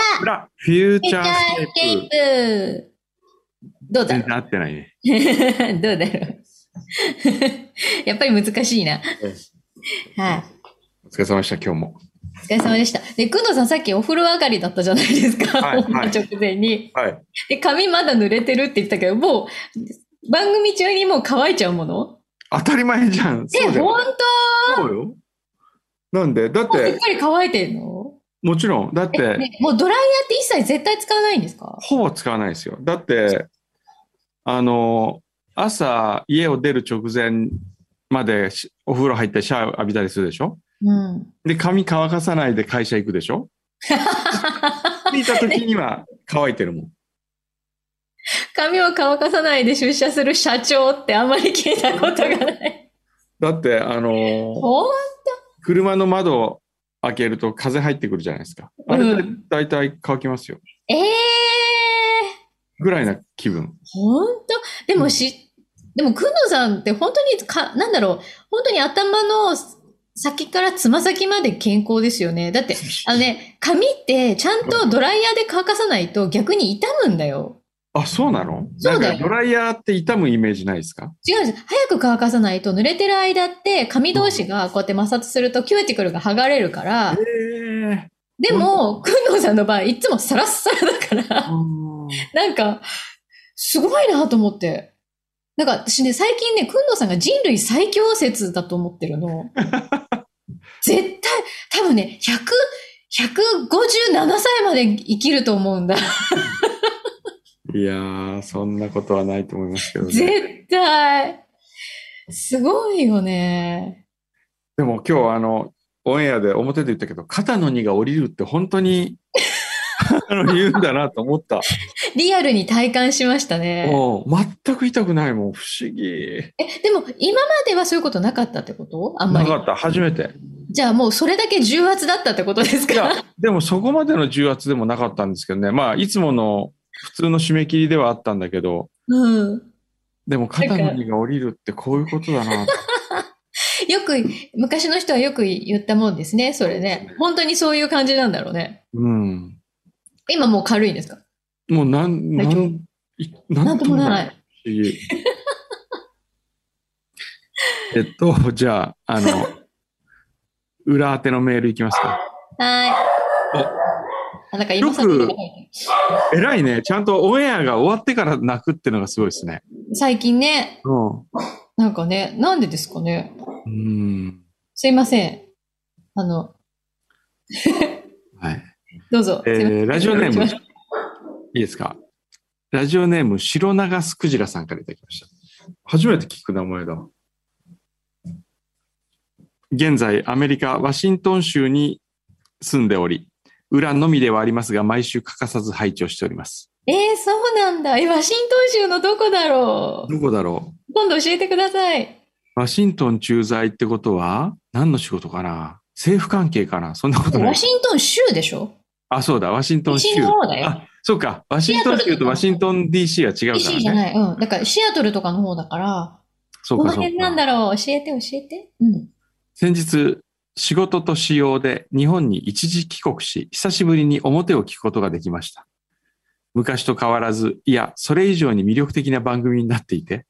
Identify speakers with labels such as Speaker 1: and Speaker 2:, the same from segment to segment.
Speaker 1: フュー
Speaker 2: フューチ
Speaker 1: チ
Speaker 2: ャ
Speaker 1: ャー
Speaker 2: ー
Speaker 1: ス
Speaker 2: スケ
Speaker 1: ケー
Speaker 2: ー
Speaker 1: プ。
Speaker 2: プ。どうだ
Speaker 1: 全
Speaker 2: ろ
Speaker 1: 然合ってないね。
Speaker 2: う どうだろう やっぱり難しいな。はい。
Speaker 1: お疲れ様でした、今日も。
Speaker 2: お疲れ様でした。で、くんどさんさっきお風呂上がりだったじゃないですか。
Speaker 1: はいはい
Speaker 2: 本番直前に。
Speaker 1: はい。
Speaker 2: で、髪まだ濡れてるって言ったけど、もう、番組中にもう乾いちゃうもの
Speaker 1: 当たり前じゃん。
Speaker 2: え、
Speaker 1: そうだよ。
Speaker 2: ほんと
Speaker 1: そうよ。なんで、だっ、
Speaker 2: しってかり乾いてんの
Speaker 1: もちろん、だっ
Speaker 2: え、
Speaker 1: て、
Speaker 2: ね、もうドライヤーって一切絶対使わないんですか
Speaker 1: ほぼ使わないですよ。だって、あの、朝、家を出る直前までしお風呂入ってシャワー浴びたりするでしょ
Speaker 2: うん。
Speaker 1: で、髪乾かさないで会社行くでし ょ着いた時には乾いてるもん。
Speaker 2: 髪を乾かさないで出社する社長ってあんまり聞いたことがない。
Speaker 1: だって、あ の、
Speaker 2: ほん
Speaker 1: 車の窓を開けると風入ってくるじゃないですか。あれ
Speaker 2: う
Speaker 1: で
Speaker 2: ん
Speaker 1: 大体乾きますよ。
Speaker 2: ええ
Speaker 1: ぐらいな気分。
Speaker 2: ー、ほんとでもし、でも、くんのさんって本当にか、なんだろう、本当に頭の先からつま先まで健康ですよね。だって、あのね、髪ってちゃんとドライヤーで乾かさないと逆に傷むんだよ。
Speaker 1: あ、そうなの
Speaker 2: そうだよ
Speaker 1: なんかドライヤーって傷むイメージないですか
Speaker 2: 違うんです。早く乾かさないと濡れてる間って髪同士がこうやって摩擦するとキューティクルが剥がれるから、
Speaker 1: ええ
Speaker 2: でも、くんのさんの場合いつもサラッサラだから、なんか、すごいなと思って。なんか私ね、最近ね、くんのさんが人類最強説だと思ってる の。絶対、多分ね、100、157歳まで生きると思うんだ。
Speaker 1: いやー、そんなことはないと思いますけどね。
Speaker 2: 絶対。すごいよね。
Speaker 1: でも今日あの、オンエアで表で言ったけど、肩の荷が降りるって本 当に、あの、言うんだなと思った。
Speaker 2: リアルに体感しましたね。
Speaker 1: もう全く痛くないもん、不思議。
Speaker 2: え、でも今まではそういうことなかったってことあんま
Speaker 1: な
Speaker 2: り
Speaker 1: か。った、初めて。
Speaker 2: じゃあもうそれだけ重圧だったってことです
Speaker 1: いや
Speaker 2: か、
Speaker 1: でもそこまでの重圧でもなかったんですけどね。まあ、いつもの普通の締め切りではあったんだけど、
Speaker 2: うん。
Speaker 1: でも肩の荷が降りるってこういうことだなと。
Speaker 2: よく、昔の人はよく言ったもんですね、それね。本当にそういう感じなんだろうね。
Speaker 1: うん。
Speaker 2: 今もう軽いんですか
Speaker 1: もうなん、な
Speaker 2: 大丈夫
Speaker 1: ん、いな
Speaker 2: なん
Speaker 1: ん。
Speaker 2: ともならないい。
Speaker 1: 不思議 えっと、じゃあ、あの、裏当てのメールいきますか。
Speaker 2: はーい。あ、なんか今更
Speaker 1: よく偉いね。ちゃんとオンエアが終わってから泣くってのがすごいですね。
Speaker 2: 最近ね、
Speaker 1: うん。
Speaker 2: なんかね、なんでですかね。
Speaker 1: うん。
Speaker 2: すいません。あの、
Speaker 1: はい。
Speaker 2: どうぞ。
Speaker 1: えー
Speaker 2: すいません
Speaker 1: ラジオネーム
Speaker 2: お願いします
Speaker 1: いいですか。ラジオネーム、白長スクジラさんからいただきました。初めて聞く名前だ。現在、アメリカ・ワシントン州に住んでおり、裏のみではありますが、毎週欠かさず拝聴しております。
Speaker 2: えー、そうなんだ。え、ワシントン州のどこだろ
Speaker 1: どこだろう
Speaker 2: う。今度教えてください。
Speaker 1: ワシントン駐在ってことは、何の仕事かな政府関係かなそんなことな
Speaker 2: ワ
Speaker 1: い。
Speaker 2: シントン州でしょ
Speaker 1: あ、そうだ、ワシントン州
Speaker 2: 西。の方だよ。
Speaker 1: あ、そうか、ワシントン州とワシントン DC は違うか
Speaker 2: DC じ
Speaker 1: ら
Speaker 2: ゃ
Speaker 1: ね。
Speaker 2: ない。うん。だからシアトルとかの方だから、
Speaker 1: そ
Speaker 2: こ
Speaker 1: う
Speaker 2: の
Speaker 1: か、そう
Speaker 2: 辺なん
Speaker 1: か。
Speaker 2: だろう。教えて、教えて。うん。
Speaker 1: 先日、仕事と仕様で日本に一時帰国し、久しぶりに表を聞くことができました。昔と変わらず、いや、それ以上に魅力的な番組になっていて、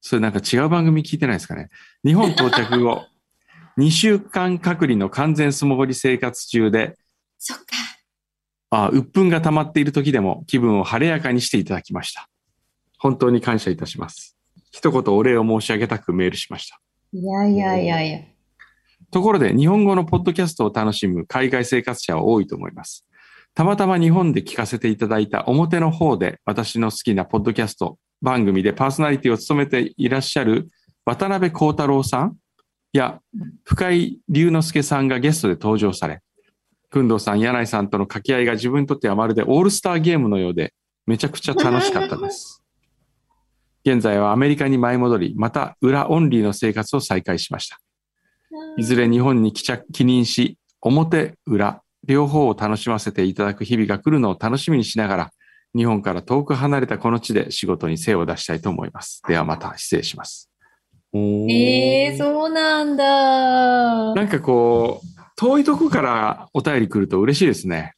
Speaker 1: それなんか違う番組聞いてないですかね。日本到 着後、2週間隔離の完全素潜り生活中で、
Speaker 2: そっか。
Speaker 1: あ鬱憤が溜まっている時でも気分を晴れやかにしていただきました。本当に感謝いたします。一言お礼を申し上げたくメールしました。
Speaker 2: いやいやいやいや。
Speaker 1: ところで、日本語のポッドキャストを楽しむ海外生活者は多いと思います。たまたま日本で聞かせていただいた表の方で私の好きなポッドキャスト番組でパーソナリティを務めていらっしゃる渡辺幸太郎さんや深井龍之介さんがゲストで登場され、工藤さん、柳井さんとの掛け合いが自分にとってはまるでオールスターゲームのようで、めちゃくちゃ楽しかったです。現在はアメリカに舞い戻り、また裏オンリーの生活を再開しました。いずれ日本に帰着帰任し、表、裏、両方を楽しませていただく日々が来るのを楽しみにしながら、日本から遠く離れたこの地で仕事に精を出したいと思います。ではまた失礼します。
Speaker 2: ええー、そうなんだ。
Speaker 1: なんかこう、遠いとこからお便り来ると嬉しいですね。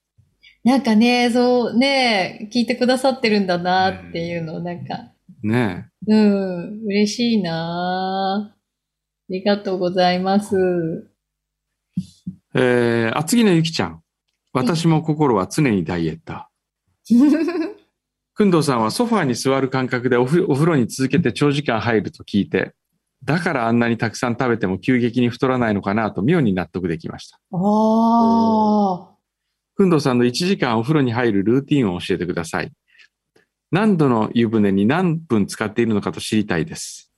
Speaker 2: なんかね、そうね、聞いてくださってるんだなっていうのを、なんか、
Speaker 1: ね
Speaker 2: うん、嬉しいなありがとうござい ます。
Speaker 1: え。えー、厚木のゆきちゃん。私も心は常にダイエット。くんどうさんはソファーに座る感覚でおふお風呂に続けて長時間入ると聞いて、だからあんなにたくさん食べても急激に太らないのかなと妙に納得できました。
Speaker 2: ああ、
Speaker 1: くんどうさんの1時間お風呂に入るルーティンを教えてください。何度の湯船に何分使っているのかと知りたいです。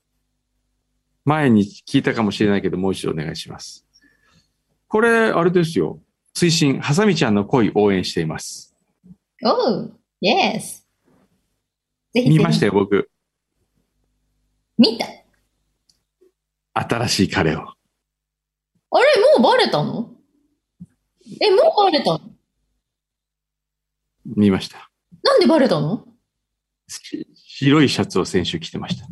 Speaker 1: 前に聞いたかもしれないけど、もう一度お願いします。これ、あれですよ。推進、ハサミちゃんの恋応援しています。
Speaker 2: おう、イエス。ぜひ
Speaker 1: 見ましたよ、僕。
Speaker 2: 見た。あれ、
Speaker 1: 新しい彼を。
Speaker 2: もうバレたのえ、もうバレたの
Speaker 1: 見ました。
Speaker 2: なんでバレたの
Speaker 1: し白いシャツを先週着てました。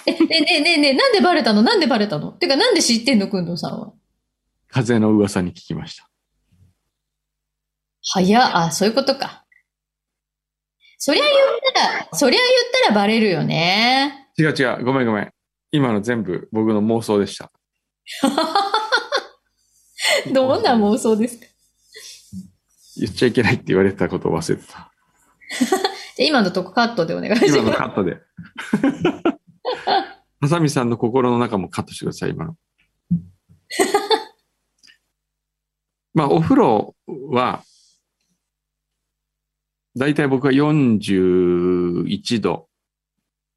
Speaker 2: え、ねえねえねえねえ、なんでバレたのなんでバレたのてか、なんで知ってんのくんどうさんは。
Speaker 1: 風の噂に聞きました。
Speaker 2: 早、あ、そういうことか。そりゃ言ったら、そりゃ言ったらバレるよね。
Speaker 1: 違う違う。ごめんごめん。今の全部僕の妄想でした。
Speaker 2: どんな妄想ですか
Speaker 1: 言っちゃいけないって言われてたことを忘れて た。
Speaker 2: じゃあ今のとこカットでお願いし
Speaker 1: 今の
Speaker 2: ます。
Speaker 1: カット で。ハサミさんの心の中もカットしてください、今の。 まあ、お風呂は、だいたい僕は41度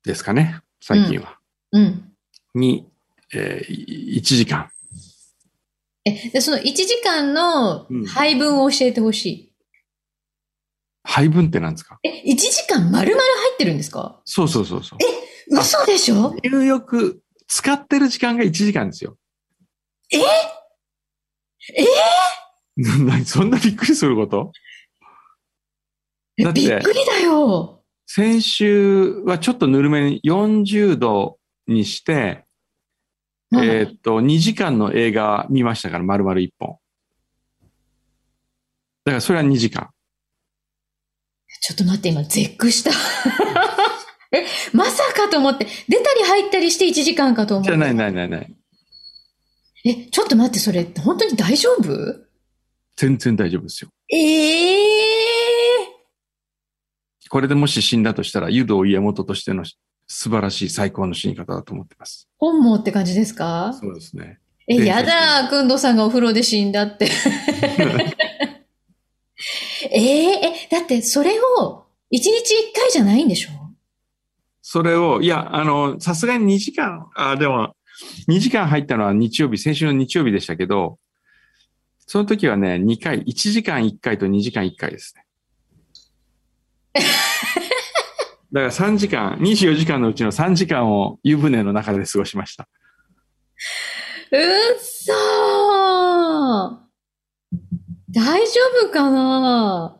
Speaker 1: ですかね、最近は。
Speaker 2: うん。
Speaker 1: に、えー、1時間。
Speaker 2: え、で、その1時間の
Speaker 1: うん
Speaker 2: 配分を教えてほしい。
Speaker 1: 配分って何ですか
Speaker 2: え、1時間丸々入ってるんですか
Speaker 1: そうそうそうそう。あ
Speaker 2: 嘘でしょ
Speaker 1: 入浴、使ってる時間が1時間ですよ。
Speaker 2: ええ
Speaker 1: 何そんなびっくりすること
Speaker 2: え
Speaker 1: だって
Speaker 2: びっくりだよ。
Speaker 1: 先週はちょっとぬるめに40度にして、
Speaker 2: うん
Speaker 1: えーっと、2時間の映画見ましたから、丸々1本。だからそれは2時間。
Speaker 2: ちょっと待って、今、絶句した。 え、まさかと思って、出たり入ったりして1時間かと思っ
Speaker 1: じ
Speaker 2: て。
Speaker 1: ゃあないないないない。
Speaker 2: え、ちょっと待って、それ、本当に大丈夫
Speaker 1: 全然大丈夫ですよ。
Speaker 2: ええ
Speaker 1: これでもし死んだとしたら、湯道家元としての素晴らしい最高の死に方だと思ってます。
Speaker 2: 本望って感じですか
Speaker 1: そうですね。
Speaker 2: え、
Speaker 1: 伝説
Speaker 2: やだ、くんどさんがお風呂で死んだって。えええ、だってそれを一日一回じゃないんでしょ
Speaker 1: それを、いや、あの、さすがに2時間、あ、でも、2時間入ったのは日曜日、先週の日曜日でしたけど、その時はね、2回、1時間1回と2時間1回ですね。 だから3時間、24時間のうちの3時間を湯船の中で過ごしました。
Speaker 2: うっそー大丈夫かな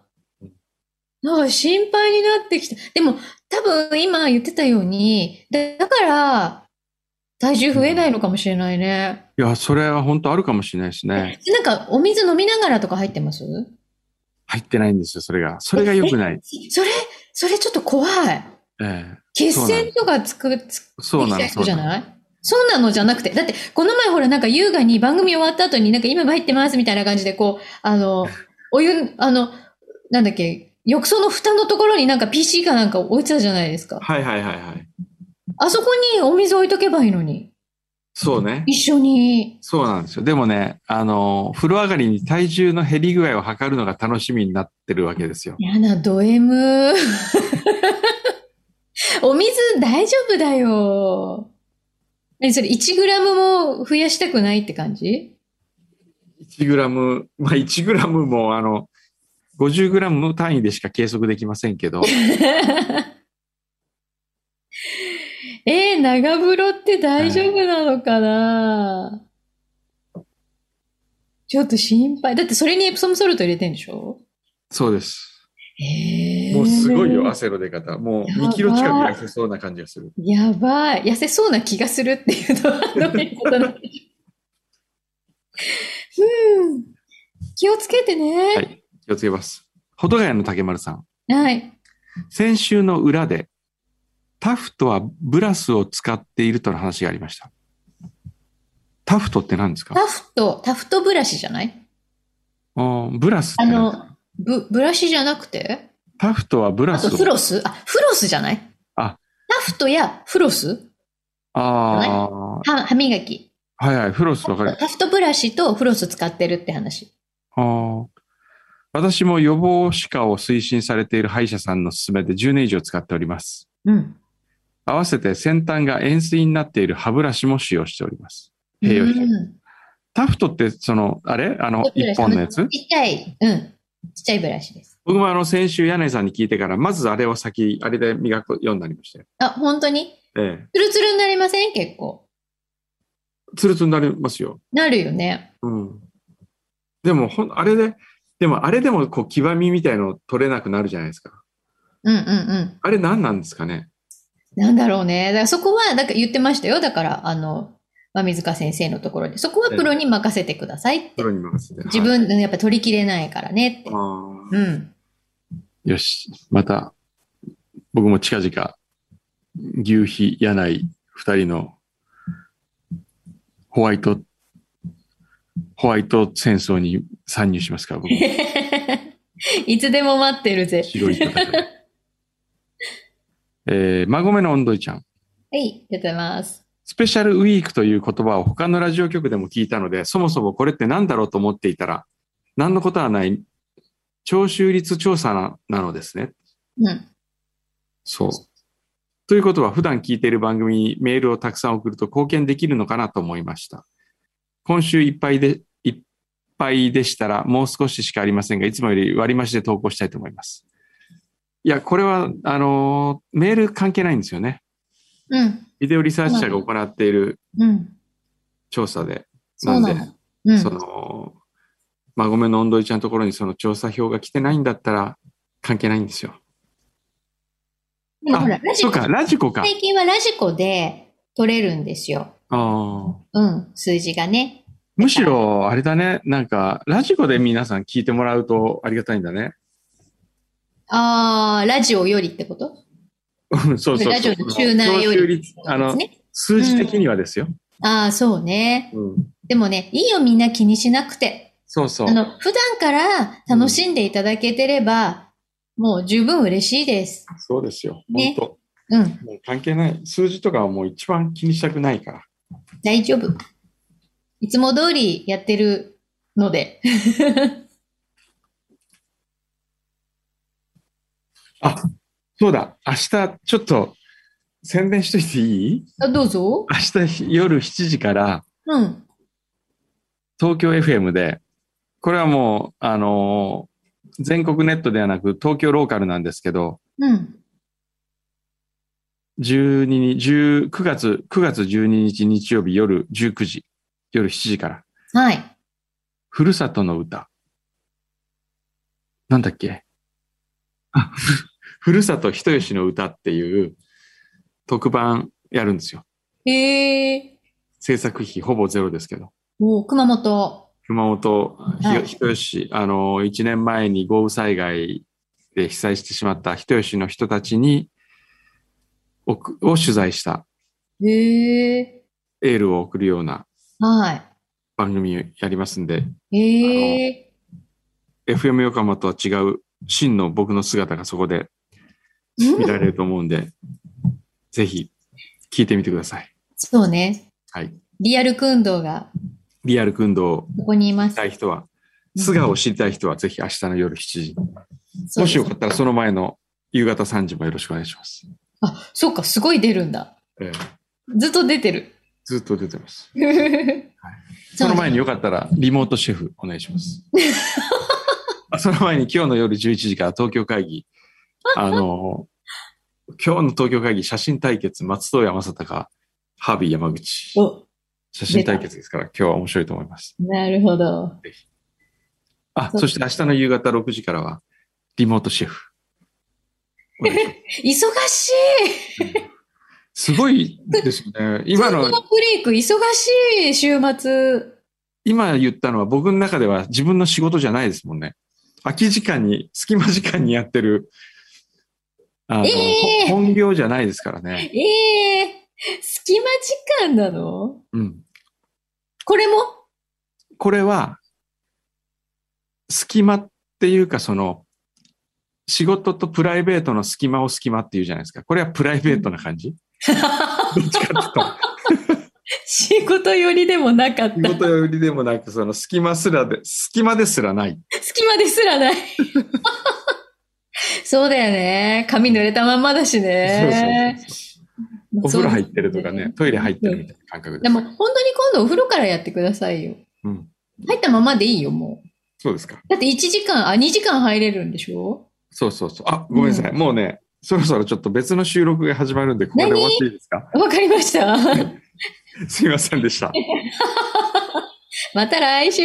Speaker 2: なんか心配になってきた。でも多分今言ってたように、だだから体重増えないのかもしれないね。
Speaker 1: いや、それは本当あるかもしれないですね。
Speaker 2: なんかお水飲みながらとか入ってます
Speaker 1: 入ってないんですよ、それが。それが良くない。
Speaker 2: それ、それちょっと怖い。
Speaker 1: ええ
Speaker 2: 血栓とかつく、つ
Speaker 1: そうな
Speaker 2: で
Speaker 1: の、
Speaker 2: きち
Speaker 1: そ
Speaker 2: ゃう
Speaker 1: う
Speaker 2: じゃ
Speaker 1: なの。
Speaker 2: ないそうなのじゃなくて。だって、この前ほら、なんか優雅に番組終わった後に、なんか今入ってますみたいな感じで、こう、あの、お湯、あの、なんだっけ、浴槽の蓋のところになんか PC かなんか置いてたじゃないですか。
Speaker 1: はいはいはいはい。
Speaker 2: あそこにお水置いとけばいいのに。
Speaker 1: そうね。
Speaker 2: 一緒に。
Speaker 1: そうなんですよ。でもね、あの、風呂上がりに体重の減り具合を測るのが楽しみになってるわけですよ。
Speaker 2: やな、ド M。お水大丈夫だよ。え、それ1グラムも増やしたくないって感じ
Speaker 1: 1グラム、 まあ1グラムもあの、50グラムの単位でしか計測できませんけど、
Speaker 2: えー、長風呂って大丈夫なのかな、ちょっと心配。だってそれにエプソムソルト入れてんでしょ
Speaker 1: そうです。
Speaker 2: えー、
Speaker 1: もうすごいよ、。汗の出方。もう2キロ近く痩せそうな感じがする。
Speaker 2: やばい。痩せそうな気がするっていうのは、どういうことなんでしょう。うん。気をつけてね。
Speaker 1: はい気をつけます。ほどがやの竹丸さん。
Speaker 2: はい。
Speaker 1: 先週の裏で、タフトはブラスを使っているとの話がありました。タフトって何ですか
Speaker 2: タフト、タフトブラシじゃない
Speaker 1: あーブラスって
Speaker 2: あ
Speaker 1: 何です
Speaker 2: の
Speaker 1: か、
Speaker 2: ブ、ブラシじゃなくて
Speaker 1: タフトはブラ
Speaker 2: あ
Speaker 1: ス
Speaker 2: とフ
Speaker 1: を。
Speaker 2: ロスあ、フロスじゃない
Speaker 1: あ
Speaker 2: タフトやフロス
Speaker 1: あ
Speaker 2: は歯磨き。
Speaker 1: あ、はいはい、フロスわかる。
Speaker 2: タフトブラシとフロス使ってるって話。
Speaker 1: あー私も予防歯科を推進されている歯医者さんの勧めで10年以上使っております。
Speaker 2: うん。
Speaker 1: 合わせて先端が円錐になっている歯ブラシも使用しております。併用して
Speaker 2: うん
Speaker 1: タフトって、その、あれあの、一本のやつ
Speaker 2: ちっちゃい、うん。ちっちゃいブラシです。
Speaker 1: 僕もあの先週、柳井さんに聞いてから、まずあれを先、あれで磨くようになりましたよ。
Speaker 2: あ、本当に
Speaker 1: ええ。
Speaker 2: ツルツルになりません結構。
Speaker 1: ツルツルになりますよ。
Speaker 2: なるよね。
Speaker 1: うん。でも、ほん、あれで、でもあれでも、こう、黄ばみみたいの取れなくなるじゃないですか。
Speaker 2: うんうんうん。
Speaker 1: あれ何なんですかね
Speaker 2: なんだろうね。だからそこは、だから言ってましたよ。だから、あの、まあ、水川先生のところで。そこはプロに任せてくださいって
Speaker 1: プ。ロに任せて。
Speaker 2: 自
Speaker 1: はい
Speaker 2: 分、やっぱ取りきれないからねって。
Speaker 1: あ
Speaker 2: うん。
Speaker 1: ーよし。また、僕も近々、牛皮、柳井、二人の、ホワイト、ホワイト戦争に参入しますから、僕 も。
Speaker 2: いつでも待ってるぜ。
Speaker 1: 白い戦い。えー、まごめのおんどいちゃん。
Speaker 2: はい、やってます。
Speaker 1: スペシャルウィークという言葉を他のラジオ局でも聞いたので、そもそもこれって何だろうと思っていたら、何のことはない、徴収率調査ななのですね。
Speaker 2: うん。
Speaker 1: そう。ということは、普段聞いている番組にメールをたくさん送ると貢献できるのかなと思いました。今週いっぱいで、いっぱいでしたら、もう少ししかありませんが、いつもより割り増しで投稿したいと思います。いや、これは、あのー、メール関係ないんですよね。
Speaker 2: うん。
Speaker 1: ビデオリサーチ社が行っている
Speaker 2: うん。
Speaker 1: 調査で、
Speaker 2: そうな
Speaker 1: な
Speaker 2: の。うん。
Speaker 1: その、まごめのおんどいちゃんのところにその調査票が来てないんだったら、関係ないんですよ。
Speaker 2: でもほら、ラジ
Speaker 1: そ
Speaker 2: コ
Speaker 1: う、か、ラジコか。
Speaker 2: 最近はラジコで取れるんですよ。
Speaker 1: あー
Speaker 2: うん、数字がね。
Speaker 1: むしろ、あれだね、なんか、ラジコで皆さん聞いてもらうとありがたいんだね。
Speaker 2: あー、ラジオよりってこと
Speaker 1: うんそうそうそう。
Speaker 2: ラジオのチューナーより
Speaker 1: 聴取率あの、
Speaker 2: ね、
Speaker 1: 数字的にはですよ。
Speaker 2: あー、そうね。
Speaker 1: うん
Speaker 2: でもね、いいよ、みんな気にしなくて。
Speaker 1: そうそ
Speaker 2: あ
Speaker 1: う。
Speaker 2: の、普段から楽しんでいただけてれば、もう十分嬉しいです。
Speaker 1: そうですよ。
Speaker 2: ね
Speaker 1: 本
Speaker 2: うん、
Speaker 1: 当もう関係ない。数字とかはもう一番気にしたくないから。
Speaker 2: 大丈夫。いつも通りやってるので。
Speaker 1: そうだ、明日ちょっと宣伝しといていい
Speaker 2: あどうぞ。
Speaker 1: 明日夜7時から
Speaker 2: うん。
Speaker 1: 東京 FM で、これはもう、あのー全国ネットではなく東京ローカルなんですけど、
Speaker 2: うん。
Speaker 1: 12日、10 9月、9月12日日曜日夜19時、夜7時から、
Speaker 2: はい。
Speaker 1: ふるさとの歌。なんだっけ あ、ふるさと人吉の歌っていう特番やるんですよ。
Speaker 2: へえ。
Speaker 1: 制作費ほぼゼロですけど。
Speaker 2: お熊本。
Speaker 1: 熊本、ひ
Speaker 2: はい
Speaker 1: 人吉、あの、1年前に豪雨災害で被災してしまった人吉の人たちに、をを取材した、
Speaker 2: へえ。
Speaker 1: エールを送るような
Speaker 2: はい。
Speaker 1: 番組をやりますんで、
Speaker 2: へえ。
Speaker 1: FM 横浜とは違う真の僕の姿がそこで見られると思うんで、ぜひ聞いてみてください。
Speaker 2: そうね。
Speaker 1: はい。
Speaker 2: リアル運動が
Speaker 1: リアル運動を
Speaker 2: ここにいま
Speaker 1: 知り
Speaker 2: す
Speaker 1: た。い人は、素顔を知りたい人はぜひ明日の夜7時、
Speaker 2: そう
Speaker 1: も
Speaker 2: です
Speaker 1: しよかったらその前の夕方3時もよろしくお願いします。
Speaker 2: あ、そうか、すごい出るんだ。
Speaker 1: ええ
Speaker 2: ずっと出てる。
Speaker 1: ずっと出てます。
Speaker 2: そ
Speaker 1: そうの前によかったら、リモートシェフお願いします。あその前に今日の夜11時から東京会議、あの、今日の東京会議、写真対決、松任谷正隆、ハービー山口。
Speaker 2: お
Speaker 1: 写真対決ですから、今日は面白いと思います。
Speaker 2: なるほど。
Speaker 1: あ、
Speaker 2: そう
Speaker 1: そして明日の夕方6時からは、リモートシェフ。お願いしま
Speaker 2: 忙しい
Speaker 1: すすごいですね。今
Speaker 2: こ
Speaker 1: の
Speaker 2: のブレイク、忙しい週末。
Speaker 1: 今言ったのは僕の中では自分の仕事じゃないですもんね。空き時間に、隙間時間にやってる、あの、
Speaker 2: ええ
Speaker 1: ほ本業じゃないですからね。
Speaker 2: ええ隙間時間なの
Speaker 1: うん。
Speaker 2: これも
Speaker 1: これは、隙間っていうかその、仕事とプライベートの隙間を隙間っていうじゃないですか。これはプライベートな感じ、どっちかっていうと。
Speaker 2: 仕事寄りでもなかっ
Speaker 1: 仕
Speaker 2: た。
Speaker 1: 事よりでもなく、その隙間すらで、隙間ですらない。
Speaker 2: 隙間ですら ない。そうだよね。髪濡れたまんまだしね。
Speaker 1: そうそうそうお風呂入ってるとかね、トイレ入ってるみたいな感覚
Speaker 2: で
Speaker 1: で。
Speaker 2: すも本当に今度お風呂からやってくださいよ。
Speaker 1: うん。
Speaker 2: 入ったままでいいよ、もう。
Speaker 1: そうですか。
Speaker 2: だって1時間、あ、2時間入れるんでしょ
Speaker 1: そうそうそう。あ、ごめんなさい。もうね、そろそろちょっと別の収録が始まるんで、ここで終わっていいですか
Speaker 2: わかりま した。
Speaker 1: すいませんでした。
Speaker 2: また来週